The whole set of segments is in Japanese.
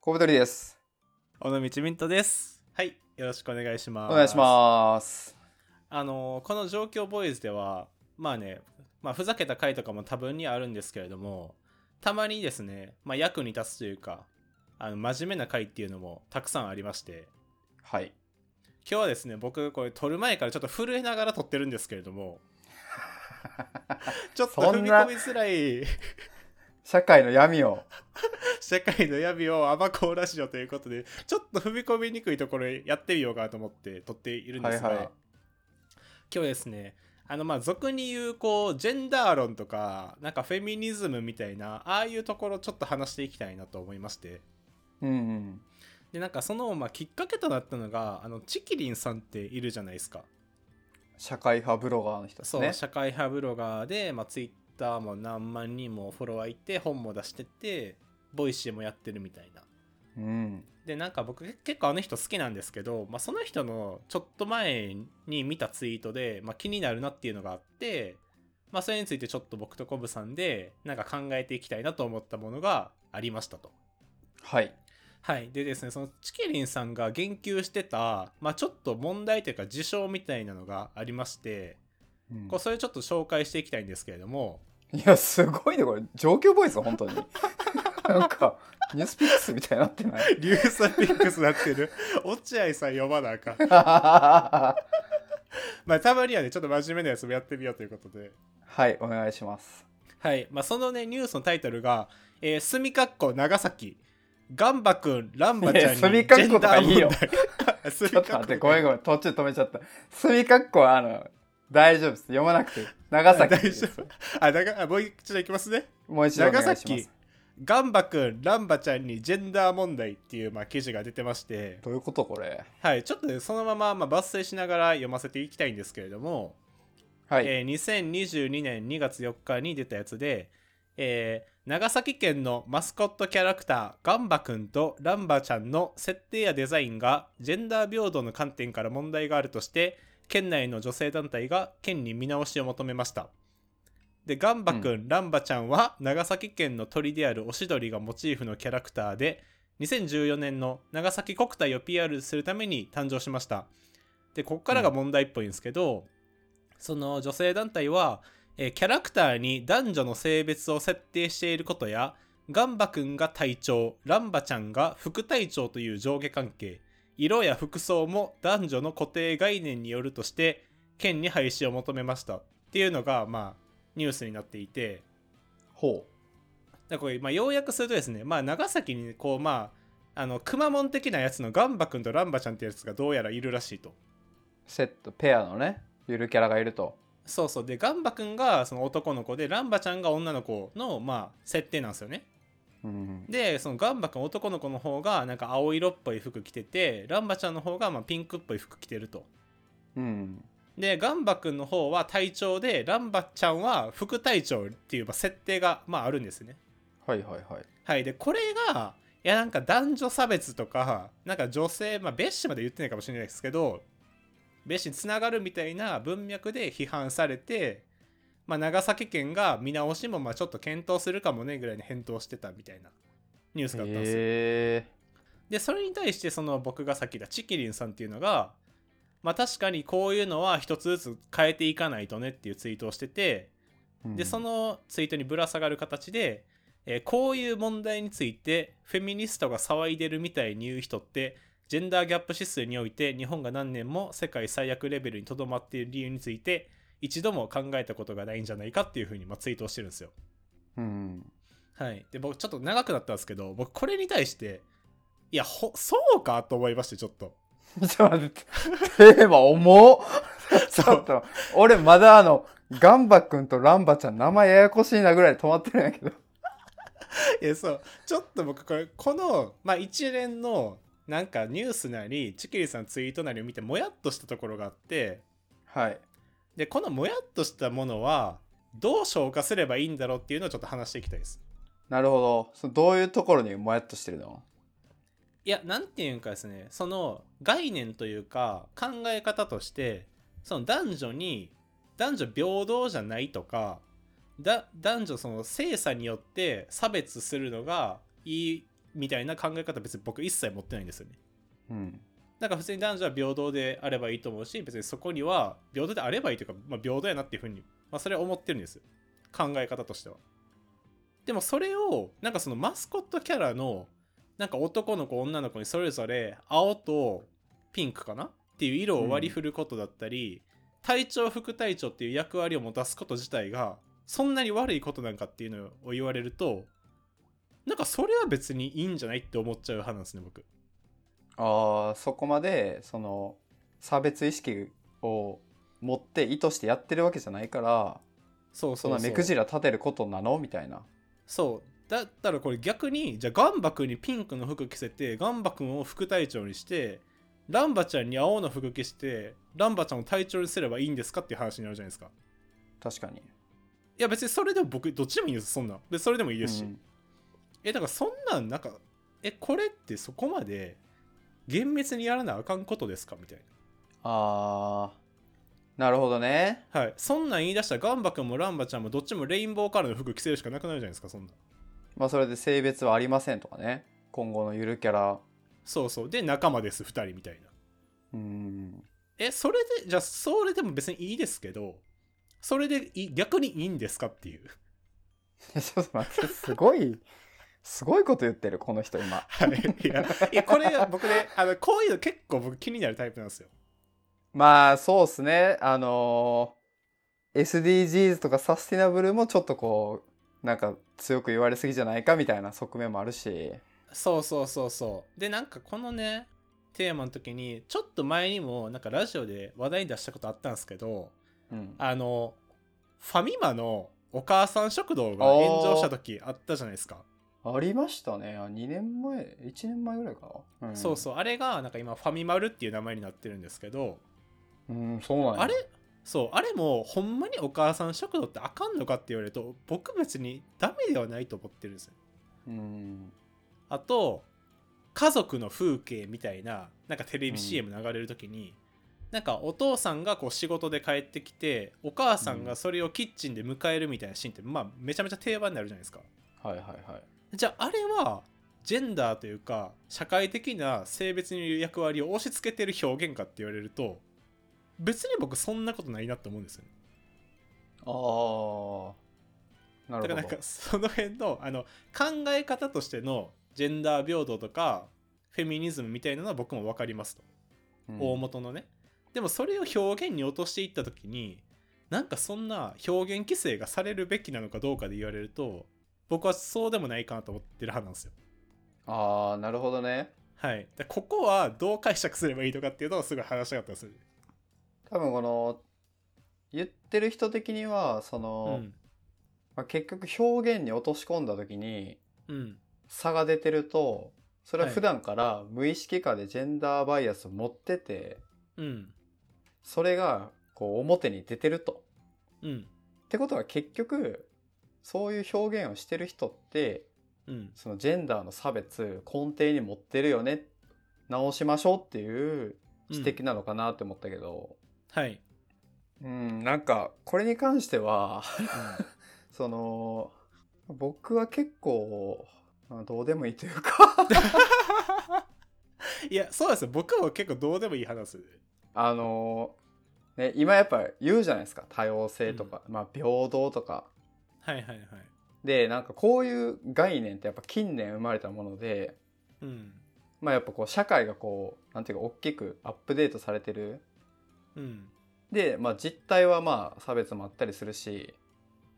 小太りです。尾道ミントです。はい、よろしくお願いしまおす。願いしす。ます。あのーこの状況ボーイズでは、まあね、まあ、ふざけた回とかも多分にあるんですけれども、たまにですね、まあ、役に立つというか、あの真面目な回っていうのもたくさんありまして、はい。 今日はですね、僕、これ撮る前からちょっと震えながら撮ってるんですけれども、ちょっとそ踏んみな込みづらい社会の闇を。社会の闇を暴こうラジオということで、ちょっと踏み込みにくいところやってみようかと思って撮っているんはでいすが、はい。今日ですねあのまあ俗に言うこうジェンダー論とかなんかフェミニズムみたいなああいうところちょっと話していきたいなと思いましてうんうん。でなんかそのまあきっかけとなったのがあのチキリンさんっているじゃないですか社会派ブロガーの人ですそう、ね。社会派ブロガーで、まあ、ツイッターも何万人もフォロワーいて本も出しててボイシーもやってるみたいなうん。でなんか僕結構あの人好きなんですけど、まあ、その人のちょっと前に見たツイートで、まあ、気になるなっていうのがあって、まあ、それについてちょっと僕とコブさんでなんか考えていきたいなと思ったものがありましたと。はい。はい、でですねそのチキリンさんが言及してた、まあ、ちょっと問題というか事象みたいなのがありましてうんこうそれちょっと紹介していきたいんですけれどもいや、すごいね、これ。上級ボイス、本当に。 なんか、ニュースピックスみたいにな ってなリューサピックスなってる 落合さん呼ばなあかんいまあたまにはねちょっと真面目なやつもやってみようということではい、お願いします。はい、まあ、そのねニュースのタイトルが「えー、すみかっこ長崎ガンバくんランバちゃんにいジやすみかっェことンかダーいいよ問題」 すみちょっと待って、ごめんごめん。途中止めちゃった。すみかっこは、あの、大丈夫です。読まなくていい。長崎 大丈夫あだがあもう一度いきますねもう一度お願長いします。崎ガンバくんランバちゃんにジェンダー問題っていう、まあ、記事が出てましてどういうことこれ。はいちょっとねそのまま、まあ、抜粋しながら読ませていきたいんですけれどもはい。えー2022年2月4日に出たやつで、えー長崎県のマスコットキャラクターガンバくんとランバちゃんの設定やデザインがジェンダー平等の観点から問題があるとして県内の女性団体が県に見直しを求めましたでガンバくん、ランバちゃんは長崎県の鳥であるオシドリがモチーフのキャラクターで2014年の長崎国体を PR するために誕生しましたでここからが問題っぽいんですけど、その女性団体は、えーキャラクターに男女の性別を設定していることやガンバくんが隊長ランバちゃんが副隊長という上下関係色や服装も男女の固定概念によるとして県に廃止を求めましたっていうのがまあニュースになっていてほだからこれ、まあ、要約するとですね、まあ、長崎にこうまああのくまモン的なやつのガンバくんとランバちゃんってやつがどうやらいるらしいとう。セット、ペアのね、ゆるキャラがいると。そうそうでガンバくんがその男の子でランバちゃんが女の子のまあ設定なんですよねうん。でそのガンバくん男の子の方がなんか青色っぽい服着ててランバちゃんの方がまあピンクっぽい服着てるとうん。でガンバくんの方は隊長でランバちゃんは副隊長っていうまあ設定がまああるんですねはいはいはい。はいでこれがいやなんか男女差別とかなんか女性まあ蔑視まで言ってないかもしれないですけど蔑視につながるみたいな文脈で批判されて、まあ、長崎県が見直しもまあちょっと検討するかもねぐらいに返答してたみたいなニュースだったんですよ、へえでそれに対してその僕がさっき言ったチキリンさんっていうのがまあ確かにこういうのは一つずつ変えていかないとねっていうツイートをしててでそ、のツイートにぶら下がる形で、えーこういう問題についてフェミニストが騒いでるみたいに言う人ってジェンダーギャップ指数において日本が何年も世界最悪レベルにとどまっている理由について一度も考えたことがないんじゃないかっていうふうにまあツイートをしてるんですよ。うんうん、 はい、で僕ちょっと長くなったんですけど僕これに対していやほそうかと思いましてちょっと。ちょっと待ってテーマ重っ ちょっと俺まだあのガンバ君とランバちゃん名前ややこしいなぐらいで止まってるんやけどいやそうちょっと僕これこの、まあ、一連のなんかニュースなりチキリさんのツイートなりを見てもやっとしたところがあってはいでこのもやっとしたものはどう消化すればいいんだろうっていうのをちょっと話していきたいですなるほどそのどういうところにもやっとしてるのいやなんていうんかですねその概念というか考え方としてその男女に男女平等じゃないとかだ男女その性差によって差別するのがいいみたいな考え方別に僕一切持ってないんですよね。うん。なんか普通に男女は平等であればいいと思うし、別にそこには平等であればいいというか、まあ、平等やなっていうふうに、まあ、それは思ってるんですよ。考え方としては。でもそれを、なんかそのマスコットキャラの、なんか男の子、女の子にそれぞれ青とピンクかなっていう色を割り振ることだったり、隊長、副隊長っていう役割を持たすこと自体が、そんなに悪いことなんかっていうのを言われると、なんかそれは別にいいんじゃないって思っちゃう派なんですね、僕。ああ、そこまで、その、差別意識を持って意図してやってるわけじゃないから、そうそそうそんう。な目くじら立てることなのみたいな。そうだったらこれ逆にじゃあガンバ君にピンクの服着せてガンバ君を副隊長にしてランバちゃんに青の服着してランバちゃんを隊長にすればいいんですかっていう話になるじゃないですか確かに。いや別にそれでも僕どっちでもいいですそんなんでそれでもいいですし、うんえだからそんなんなんかえこれってそこまで厳密にやらなあかんことですかみたいああ、なるほどね。なはいそんなん言い出したらガンバ君もランバちゃんもどっちもレインボーカラーの服着せるしかなくなるじゃないですかそんなんまあ、それで性別はありませんとかね。今後のゆるキャラ。そうそうで仲間です2人みたいなうん。 えそれでじゃあそれでも別にいいですけどそれでいい逆にいいんですかっていう ちょっと待って、すごい、すごいこと言ってる、この人今。はいいやいやこれ僕ねあのこういうの結構僕気になるタイプなんですよ まあ、そうっすね。あのー SDGs とかサスティナブルもちょっとこう、なんか強く言われすぎじゃないかみたいな側面もあるし。そうそうそうそうでなんかこのねテーマの時にちょっと前にもなんかラジオで話題に出したことあったんですけどうん。あのファミマのお母さん食堂が炎上した時あったじゃないですかありましたね。あ2年前、1年前ぐらいかな。んそうそうあれがなんか今ファミマルっていう名前になってるんですけどうん、そうなんやあれそうあれもほんまにお母さん食堂ってあかんのかって言われると僕別にダメではないと思ってるんですようん。あと家族の風景みたいななんかテレうんビ CM 流れる時に、なんかお父さんがこう仕事で帰ってきてお母さんがそれをキッチンで迎えるみたいなシーンって、まあめちゃめちゃ定番になるじゃないですかはいはいはい。じゃああれはジェンダーというか社会的な性別に役割を押し付けてる表現かって言われると別に僕そんなことないなって思うんですよねああ。なるほど。だからなんかその辺のあの考え方としてのジェンダー平等とかフェミニズムみたいなのは僕も分かりますと、うん大元のねでもそれを表現に落としていった時になんかそんな表現規制がされるべきなのかどうかで言われると僕はそうでもないかなと思ってる派なんですよああ、なるほどね。はいでここはどう解釈すればいいとかっていうのをすごい話したかったでする多分この、言ってる人的には、そうの、んまあ、結局表現に落とし込んだ時にうん差が出てると、それは普段から無意識下でジェンダーバイアスを持ってて、うんそれがこう表に出てると。うんってことは結局、そういう表現をしてる人って、うんそのジェンダーの差別根底に持ってるよね、直しましょうっていう指摘なのかなって思ったけど、はい、うん、なんかこれに関しては、 その、僕は結構、まあどうでもいいというか、いやそうですよ僕は結構どうでもいい話ですあの、ね、今やっぱ言うじゃないですか、多様性とか、まあ平等とか。はいはいはいで、なんかこういう概念ってやっぱ近年生まれたもので、うんまあやっぱこう社会がこう、なんていうか大きくアップデートされてる。うんで、まあ実態はまあ差別もあったりするし、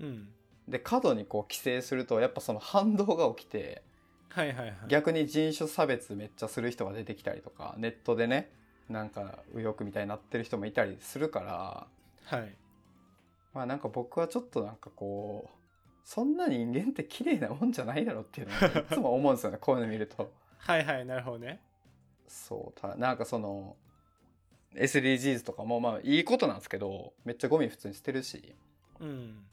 うんで、過度にこう規制するとやっぱその反動が起きて、はいはいはい逆に人種差別めっちゃする人が出てきたりとかネットでねなんか右翼みたいになってる人もいたりするからはいまあなんか僕はちょっとなんかこうそんな人間って綺麗なもんじゃないだろっていうのをいつも思うんですよ ねこういうの見るとはいはいなるほどねそうたなんかその SDGs とかもまあいいことなんですけどめっちゃゴミ普通に捨てるしうん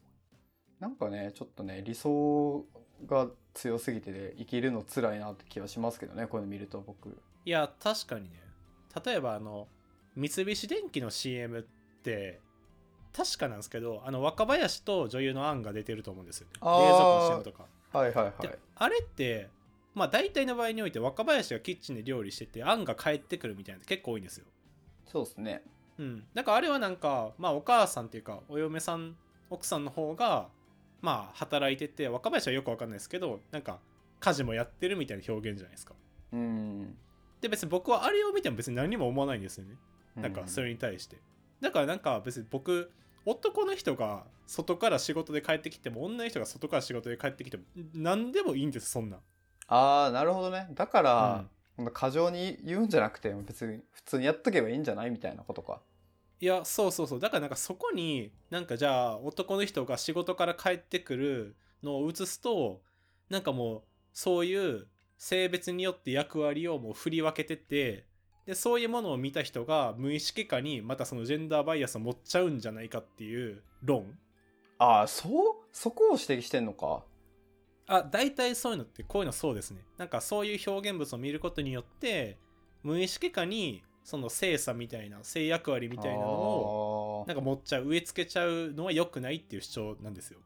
なんかねちょっとね理想が強すぎて、生きるの辛いなって気はしますけどねこういうの見ると僕いや確かにね例えばあの三菱電機の CM って確かなんですけどあの若林と女優のアンが出てると思うんですよねあー冷蔵庫の CM とかはいはいはであれってまあ大体の場合において若林がキッチンで料理してて、アンが帰ってくるみたいなのって結構多いんですよ。そうですね。うん、なんかあれはなんか、まあ、お母さんっていうかお嫁さん奥さんの方がまあ働いてて若林はよくわかんないですけどなんか家事もやってるみたいな表現じゃないですかうん。で別に僕はあれを見ても別に何も思わないんですよねなんかそれ。れに対して、だからなんか別に僕男の人が外から仕事で帰ってきても女の人が外から仕事で帰ってきても何でもいいんですそんなんああ、なるほどね。だから、うんこの過剰に言うんじゃなくて、別に普通にやっとけばいいんじゃないみたいなことか。いやそうそうそうだからなんかそこになんかじゃあ男の人が仕事から帰ってくるのを映すとなんかもうそういう性別によって役割をもう振り分けててでそういうものを見た人が無意識化にまたそのジェンダーバイアスを持っちゃうんじゃないかっていう論ああ、そうそこを指摘してんのか。あ大体そういうのってこういうのそうですねなんかそういう表現物を見ることによって無意識化にその性差みたいな性役割みたいなのををなんか持っちゃう植え付けちゃうのは良くないっていう主張なんですよ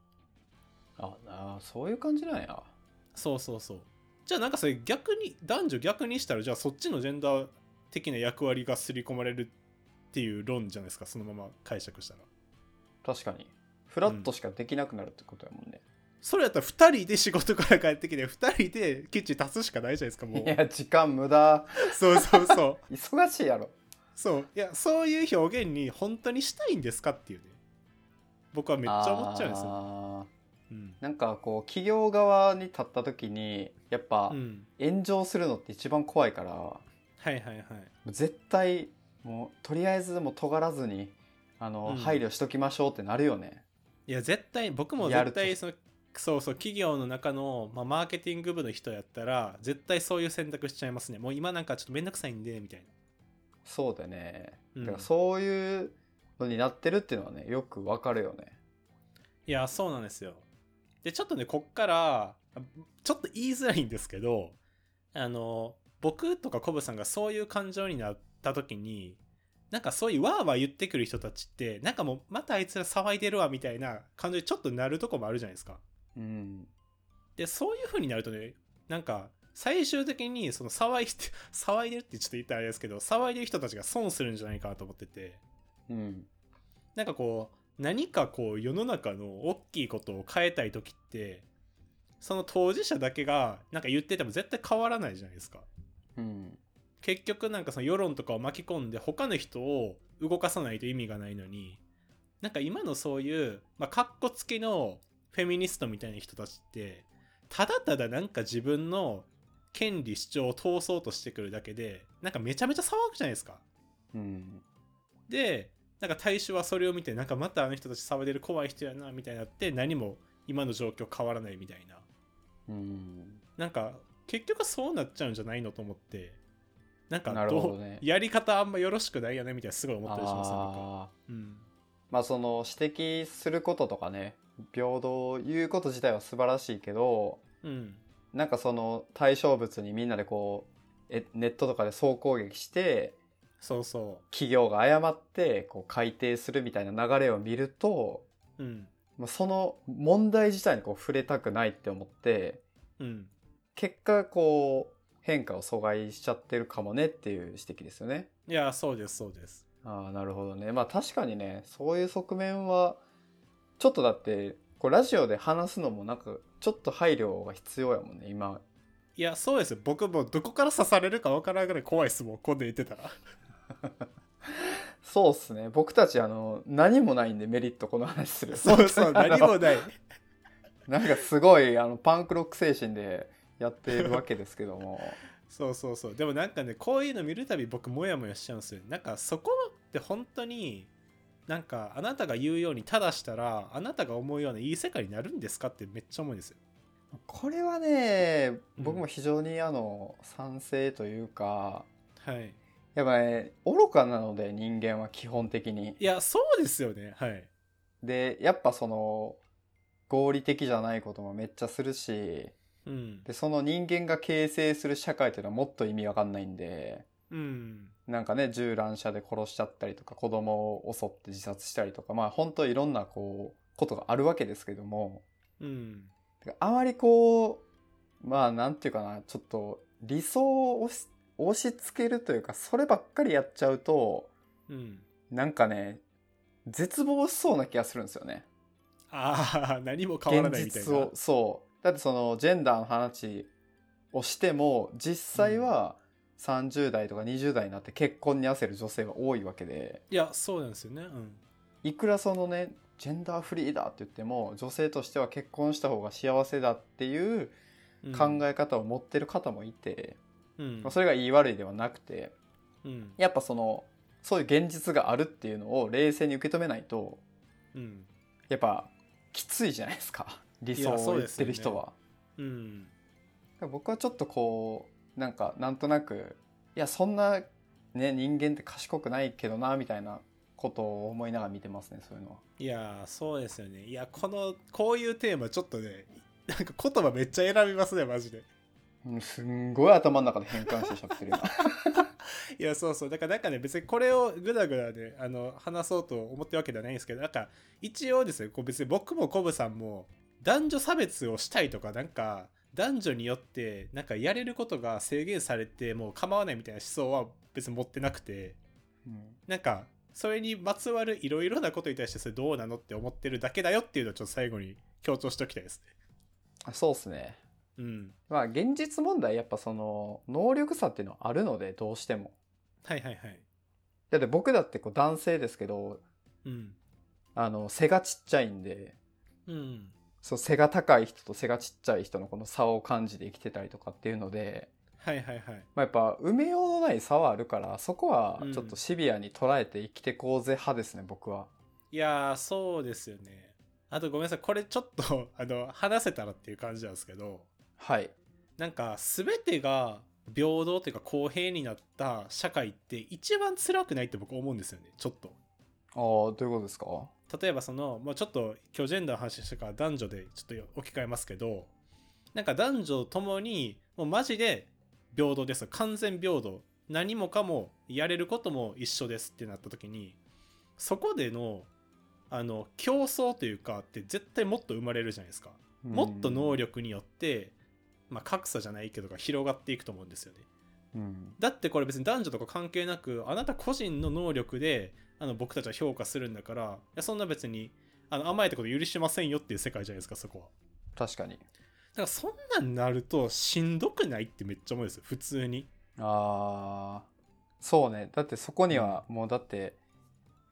ああそういう感じなんやそうそうそうじゃあなんかそれ逆に男女逆にしたらじゃあそっちのジェンダー的な役割が刷り込まれるっていう論じゃないですかそのまま解釈したら確かにフラットしかできなくなるってことやもんね、それやったら2人で仕事から帰ってきて2人でキッチン立つしかないじゃないですかもいうや時間無駄そうそうそう忙しいやろそういやそういう表現に本当にしたいんですかっていうね僕はめっちゃ思っちゃうんですよ、ようんなんかこう企業側に立った時にやっぱうん、炎上するのって一番怖いからもはいはいはいう絶対もうとりあえずもう尖らずにあの、うん配慮しときましょうってなるよねいや絶対僕もやる絶と対そのそうそう企業の中の、まあ、マーケティング部の人やったら絶対そういう選択しちゃいますねもう今なんかちょっとめんどくさいんでみたいそうだね、な、うんだからそういうのになってるっていうのはねよくわかるよねいやそうなんですよでちょっとねこっからあちょっと言いづらいんですけどあの僕とかコブさんがそういう感情になった時になんかそういうわーわー言ってくる人たちってなんかもうまたあいつら騒いでるわみたいな感じにちょっとなるとこもあるじゃないですかうんでそういう風になるとねなんか最終的にその騒いで 騒いでるってちょっと言ったらあれですけど騒いでる人たちが損するんじゃないかなと思っててうんなんかこう何かこう世の中の大きいことを変えたい時ってその当事者だけがなんか言ってても絶対変わらないじゃないですかうん結局なんかその世論とかを巻き込んで他の人を動かさないと意味がないのになんか今のそういうまあかっこつきのフェミニストみたいな人たちってただただなんか自分の権利主張を通そうとしてくるだけでなんかめちゃめちゃ騒ぐじゃないですか。うんでなんか大衆はそれを見てなんかまたあの人たち騒いでる怖い人やなみたいになって何も今の状況変わらないみたいなうんなんか結局そうなっちゃうんじゃないのと思ってなんかなるほどねうやり方あんまよろしくないよねみたいなすごい思ったりしますね僕はあーうんまあその指摘することとかね平等を言うこと自体は素晴らしいけどうんなんかその対象物にみんなでこうえネットとかで総攻撃してそうそ企業が誤ってこう改定するみたいな流れを見ると、ううんまあ、その問題自体にこう触れたくないって思ってうん結果こう変化を阻害しちゃってるかもねっていう指摘ですよね。いやそうですそうですああなるほどねまあ確かにねそういう側面はちょっとだってこうラジオで話すのもなんかちょっと配慮が必要やもんね今いやそうですよ僕もどこから刺されるかわからんぐらい怖いっすもん今度言っ てたらそうっすね僕たちあの何もないんでメリットこの話するそうそ本う当にあ何のもないなんかすごいあのパンクロック精神でやっているわけですけどもそうそうそうでもなんかねこういうの見るたび僕モヤモヤしちゃうんですよなんかそこって本当になんかあなたが言うようにただしたらあなたが思うようないい世界になるんですかってめっちゃ思うんですよ これはね僕も非常にあの賛成というかはいやっぱね愚かなので人間は基本的にいやそうですよねはいでやっぱその合理的じゃないこともめっちゃするしうんでその人間が形成する社会というのはもっと意味わかんないんでうんなんかね銃乱射で殺しちゃったりとか子供を襲って自殺したりとかまあ本当いろんなこうことがあるわけですけどもうんあまりこうまあなんていうかなちょっと理想を押し押し付けるというかそればっかりやっちゃうとうん。なんかね絶望しそうな気がするんですよね。ああ、何も変わら現ないみたい実なを。そうだってそのジェンダーの話をしても実際は30代とか20代になって結婚に焦る女性は多いわけでいや、そうなんですよね。うん。いくらそのねジェンダーフリーだって言っても女性としては結婚した方が幸せだっていううん考え方を持ってる方もいて、うんまあ、それが言い悪いではなくてうんやっぱそのそういう現実があるっていうのを冷静に受け止めないとうんやっぱきついじゃないですか理想いやそをう言っですよてねる人は。うん僕はちょっとこうなんかなんとなくいやそんな、ね、人間って賢くないけどなみたいなことを思いながら見てますねそういうのは。いやーそうですよねいやこのこういうテーマちょっとねなんか言葉めっちゃ選びますねマジでうん、すんごい頭の中で変換してしゃってる今 いやそうそうだからなんかね別にこれをグダグダであの話そうと思ってるわけではないんですけどなんか一応ですねこう別に僕もコブさんも男女差別をしたいとかなんか男女によってなんかやれることが制限されてもう構わないみたいな思想は別に持ってなくてうんなんかそれにまつわるいろいろなことに対してそれどうなのって思ってるだけだよっていうのをちょっと最後に強調しておきたいですね。あそうですね。うん、まあ現実問題やっぱその能力差っていうのはあるのでどうしても。はいはいはい。だって僕だってこう男性ですけどうん。あの背がちっちゃいんでうん。そう背が高い人と背がちっちゃい人のこの差を感じて生きてたりとかっていうのではいはいはい。まあ、やっぱ埋めようのない差はあるからそこはちょっとシビアに捉えて生きてこうぜ派ですね、僕はいやー、そうですよね。あとごめんなさい、これちょっと あの話せたらっていう感じなんですけど、はいなんか全てが平等というか公平になった社会って一番辛くないって僕思うんですよね、ちょっと。ああどういうことですか例えばその、まあ、ちょっと今日ジェンダーの話したから男女でちょっと置き換えますけどなんか男女ともにもうマジで平等ですよ完全平等何もかもやれることも一緒ですってなった時にそこでのあの競争というかって絶対もっと生まれるじゃないですかもっと能力、力によって、まあ、格差じゃないけどが広がっていくと思うんですよねうんだってこれ別に男女とか関係なくあなた個人の能力であの僕たちは評価するんだからいやそんな別にあの甘えたこと許しませんよっていう世界じゃないですかそこは確かにだからそんなんなるとしんどくないってめっちゃ思うんですよ普通にああそうねだってそこにはもうだって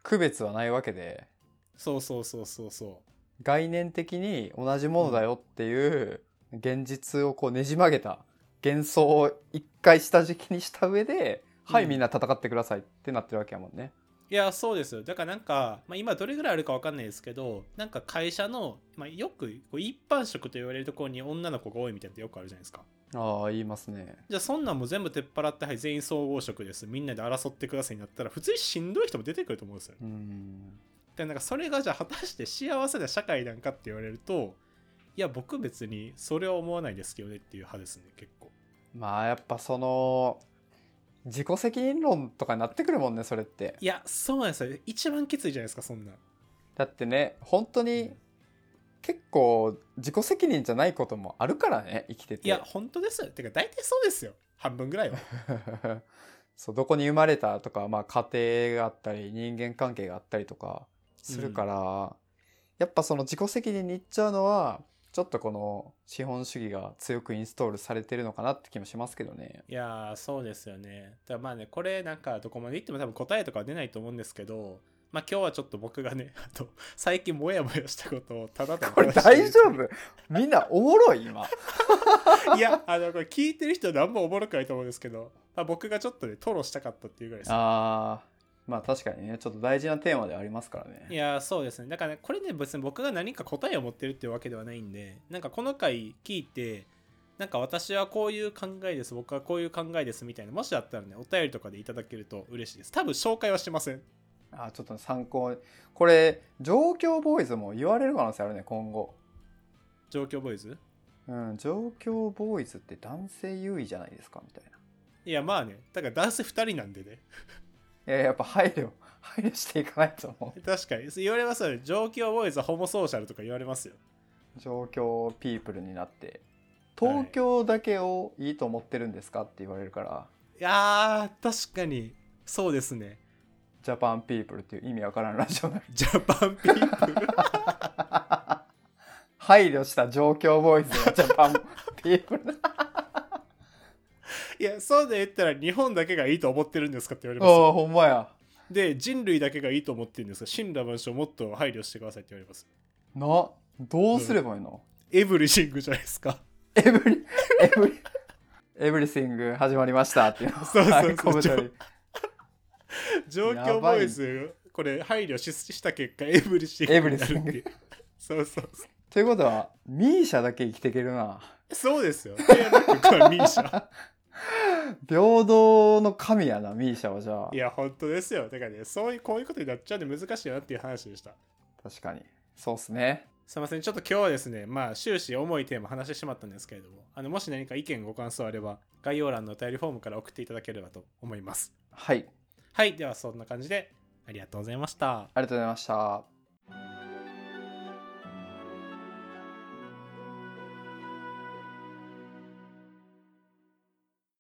区別はないわけでそうそうそうそうそう概念的に同じものだよっていう現実をこうねじ曲げた幻想を一回下敷きにした上で、うんはいみんな戦ってくださいってなってるわけやもんねいやそうですよだからなんか、まあ、今どれぐらいあるかわかんないですけどなんか会社の、まあ、よくこう一般職と言われるところに女の子が多いみたいなのってよくあるじゃないですかああ言いますねじゃあそんなんも全部取っ払ってはい全員総合職ですみんなで争ってくださいになったら普通にしんどい人も出てくると思うんですようんでなんかそれがじゃあ果たして幸せな社会なんかって言われるといや僕別にそれは思わないですけどねっていう派ですね結構まあやっぱその自己責任論とかになってくるもんねそれっていやそうなんですよ一番きついじゃないですかそんなんだってね本当に結構自己責任じゃないこともあるからね生きてていや本当ですよてか大体そうですよ半分ぐ らいは そうどこに生まれたとか、まあ、家庭があったり人間関係があったりとかするから、やっぱその自己責任にいっちゃうのはちょっとこの資本主義が強くインストールされてるのかなって気もしますけどね。いやーそうですよねだからまあねこれなんかどこまでいっても多分答えとかは出ないと思うんですけどまあ今日はちょっと僕がねあ と最近モヤモヤしたことをただただこれ話して大る丈夫 みんなおもろい今。いや、あの、これ聞いてる人何もおもろくないと思うんですけど、まあ、僕がちょっとね、トロしたかったっていうぐらいです。あーまあ確かにねちょっと大事なテーマではありますからねいや、そうですね。だから、ね、これね、別に僕が何か答えを持ってるっていうわけではないんで、なんかこの回聞いて、なんか私はこういう考えです、僕はこういう考えですみたいな、もしあったらね、お便りとかでいただけると嬉しいです。多分紹介はしてません。あーちょっと参考にこれ状況ボーイズも言われる可能性あるね今後状況ボーイズうん状況ボーイズって男性優位じゃないですかみたいないや、まあね、だから男性2人なんでね。 いややっぱ配慮配慮していかないと思確かに。言われますよね。状況ボーイズはホモソーシャルとか言われますよ。う状況ピープルになって東京だけをいいと思ってるんですかって言われるから、いやー確かにそうですねジャパンピープルっていう意味わからんラジオなのにジャパンピー プル配慮した状況ボーイズのジャパンピープル。いやそうで言ったら日本だけがいいと思ってるんですかって言われあます よあ、ほんまや。で人類だけがいいと思ってるんですが神羅万象もっと配慮してくださいって言われますな、どうすればいいの、エブリシングじゃないです かエブリ、エブリ、エブリシング始まりましたっていうの。そうそうそうはいコメントに状況ボーイズこれ配慮しした結果エブリシングエにブリなシるンっていグう。そうそうそうということは、ミーシャだけ生きていけるな。そうですよ。ペアルックか ミーシャ。平等の神やな、ミーシャはじゃあい。や、本当ですよ。だからね、そういう、こういうことになっちゃうんで難しいなっていう話でした。確かに。そうっすね。すいません、ちょっと今日はですね、まあ、終始重いテーマ話してしまったんですけれども、あの、もし何か意見ご感想あれば、概要欄のお便りフォームから送っていただければと思います。はい。はい、ではそんな感じで、ありがとうございました。ありがとうございました。